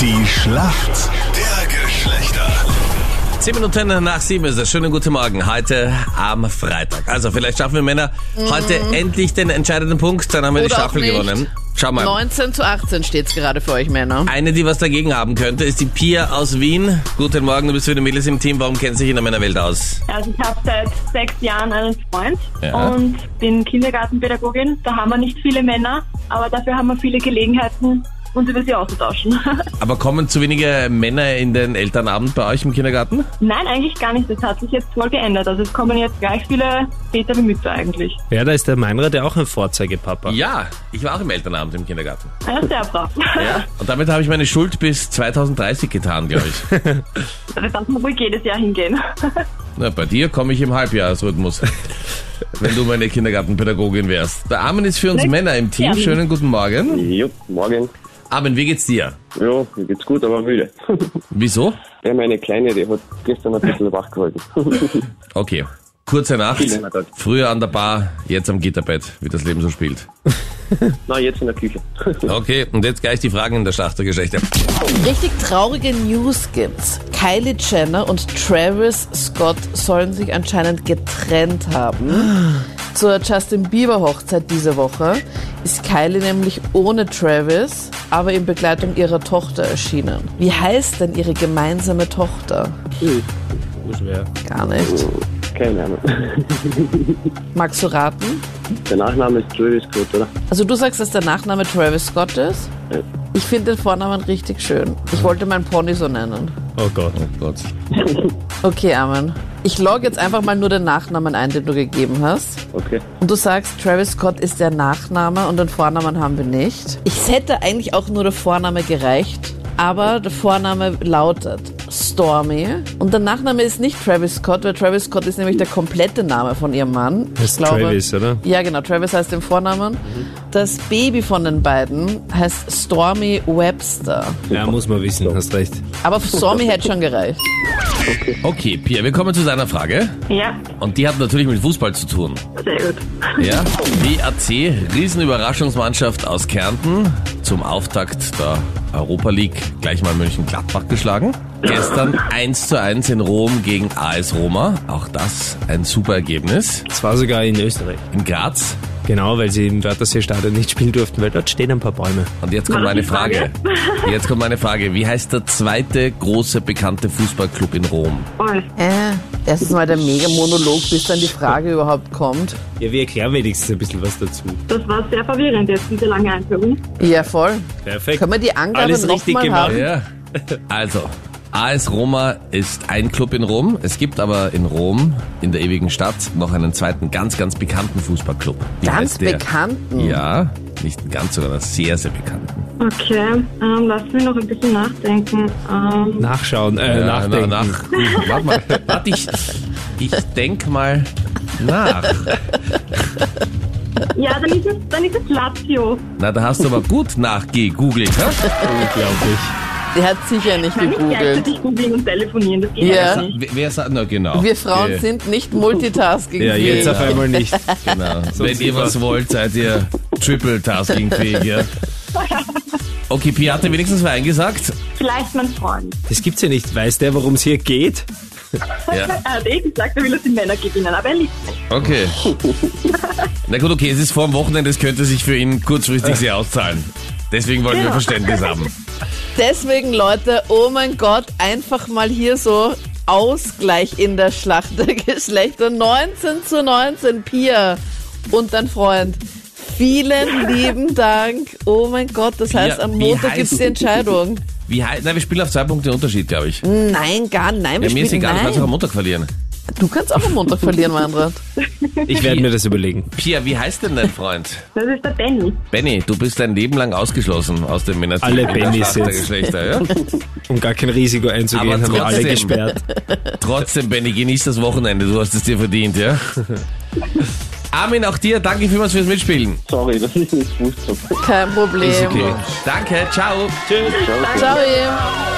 Die Schlacht der Geschlechter. Zehn Minuten nach sieben ist das. Schönen guten Morgen. Heute am Freitag. Also vielleicht schaffen wir Männer heute endlich den entscheidenden Punkt. Dann haben wir die Mhm. Oder auch Staffel nicht. gewonnen. Schau mal. 19 zu 18 steht's gerade für euch Männer. Eine, die was dagegen haben könnte, ist die Pia aus Wien. Guten Morgen, du bist für die Mädels im Team. Warum kennst du dich in der Männerwelt aus? Also ich habe seit sechs Jahren einen Freund Ja. und bin Kindergartenpädagogin. Da haben wir nicht viele Männer, aber dafür haben wir viele Gelegenheiten, uns über sie auszutauschen. Aber kommen zu wenige Männer in den Elternabend bei euch im Kindergarten? Nein, eigentlich gar nicht. Das hat sich jetzt voll geändert. Also es kommen jetzt gleich viele Väter wie Mütter eigentlich. Ja, da ist der Meinrad ja auch ein Vorzeigepapa. Ja, ich war auch im Elternabend im Kindergarten. Ja, sehr brav. Ja. Und damit habe ich meine Schuld bis 2030 getan, glaube ich. Da darf man ruhig jedes Jahr hingehen. Na, bei dir komme ich im Halbjahresrhythmus. Wenn du meine Kindergartenpädagogin wärst. Der Armin ist für uns Männer im Team. Armin. Schönen guten Morgen. Jupp, morgen. Armin, wie geht's dir? Ja, mir geht's gut, aber müde. Wieso? Ja, meine Kleine, die hat gestern ein bisschen wachgehalten. Okay. Kurze Nacht, Vielen Dank. früher an der Bar, jetzt am Gitterbett, wie das Leben so spielt. Na, jetzt in der Küche. Okay, und jetzt gleich die Fragen in der Schlachtergeschichte. Richtig traurige News gibt's. Kylie Jenner und Travis Scott sollen sich anscheinend getrennt haben. Zur Justin Bieber Hochzeit diese Woche ist Kylie nämlich ohne Travis, aber in Begleitung ihrer Tochter erschienen. Wie heißt denn ihre gemeinsame Tochter? Schwer. Gar nicht. Keine Ahnung. Magst du raten? Der Nachname ist Travis Scott, oder? Also du sagst, dass der Nachname Travis Scott ist? Ja. Ich finde den Vornamen richtig schön. Ich wollte meinen Pony so nennen. Oh Gott. Oh Gott. Okay, Armin. Ich log jetzt einfach mal nur den Nachnamen ein, den du gegeben hast. Okay. Und du sagst, Travis Scott ist der Nachname und den Vornamen haben wir nicht. Ich hätte eigentlich auch nur der Vorname gereicht, aber der Vorname lautet Stormy. Und der Nachname ist nicht Travis Scott, weil Travis Scott ist nämlich der komplette Name von ihrem Mann. Das ist Travis, oder? Ja, genau. Travis heißt im Vornamen. Das Baby von den beiden heißt Stormy Webster. Ja, muss man wissen, hast recht. Aber Stormy hätte schon gereicht. Okay, Pia, wir kommen zu deiner Frage. Ja, Und die hat natürlich mit Fußball zu tun. sehr gut. Ja? BAC, Riesenüberraschungsmannschaft aus Kärnten, zum Auftakt der Europa League gleich mal München-Gladbach geschlagen. Gestern 1 zu 1 in Rom gegen AS Roma. Auch das ein super Ergebnis. Das war sogar in Österreich. In Graz. Genau, weil sie im Wörthersee-Stadion nicht spielen durften, weil dort stehen ein paar Bäume. Und jetzt kommt War meine das die Frage. Jetzt kommt meine Frage. Wie heißt der zweite große bekannte Fußballclub in Rom? Voll. Äh, erstens mal der Mega-Monolog, bis dann die Frage überhaupt kommt. Ja, wir erklären wenigstens ein bisschen was dazu. Das war sehr verwirrend jetzt, diese lange Einführung. Ja, voll. Perfekt. Können wir die Angabe Alles noch richtig mal gemacht. haben? Ja. Also, AS Roma ist ein Club in Rom. Es gibt aber in Rom, in der ewigen Stadt, noch einen zweiten ganz, ganz bekannten Fußballclub. Wie Ganz heißt der? bekannten. Ja, nicht ganz, sondern einen sehr, sehr bekannten. Okay, ähm, lass mich noch ein bisschen nachdenken. Ähm, Nachschauen, äh, Ja, nachdenken. Na, nach, warte mal, warte, ich, ich denk mal nach. ja, dann ist es, dann ist es Lazio. Na, da hast du aber gut nachgegoogelt, hä? Unglaublich. Die hat sicher nicht Kann ich gegoogelt. gleichzeitig googeln und telefonieren? Das geht Ja. ja. Sa- nicht. Wer, wer sagt, na genau. Wir Frauen Äh, sind nicht multitasking Ja, jetzt auf einmal nicht. Genau. Wenn ihr was wollt, seid ihr triple-tasking-fähig, ja. Okay, Pia hat dir wenigstens was eingesagt. Vielleicht mein Freund. Das gibt's ja nicht. Weiß der, worum es hier geht? Ja. Er hat eh gesagt, er will, dass die Männer gewinnen, aber er liebt mich. Okay. Na gut, okay, es ist vor dem Wochenende, es könnte sich für ihn kurzfristig sehr auszahlen. Deswegen wollen wir Genau. Ja. Verständnis haben. Deswegen, Leute, oh mein Gott, einfach mal hier so Ausgleich in der Schlacht der Geschlechter. 19 zu 19, Pia und dein Freund. Vielen lieben Dank. Oh mein Gott, das Pia, heißt, am wie Montag heißt- gibt's die Entscheidung. Wie heißt, nein, wir spielen auf zwei Punkte Unterschied, glaube ich. Nein, gar nein. Hm, Wir Ja, mir ist spielen- egal, du kannst auch am nein. Montag verlieren. Du kannst auch am Montag verlieren, Meinrad. Ich werde mir das überlegen. Pia, wie heißt denn dein Freund? Das ist der Benny. Benny, du bist dein Leben lang ausgeschlossen aus dem Männer Alle Bennys der jetzt. Geschlechter, ja? Um gar kein Risiko einzugehen, Aber haben wir alle trotzdem. gesperrt. Trotzdem, Benny, genieß das Wochenende. Du hast es dir verdient, ja? Armin, auch dir. Danke vielmals fürs Mitspielen. Sorry, das ist nicht Fußball. Kein Problem. Okay. Danke. Ciao. Ciao. ihr.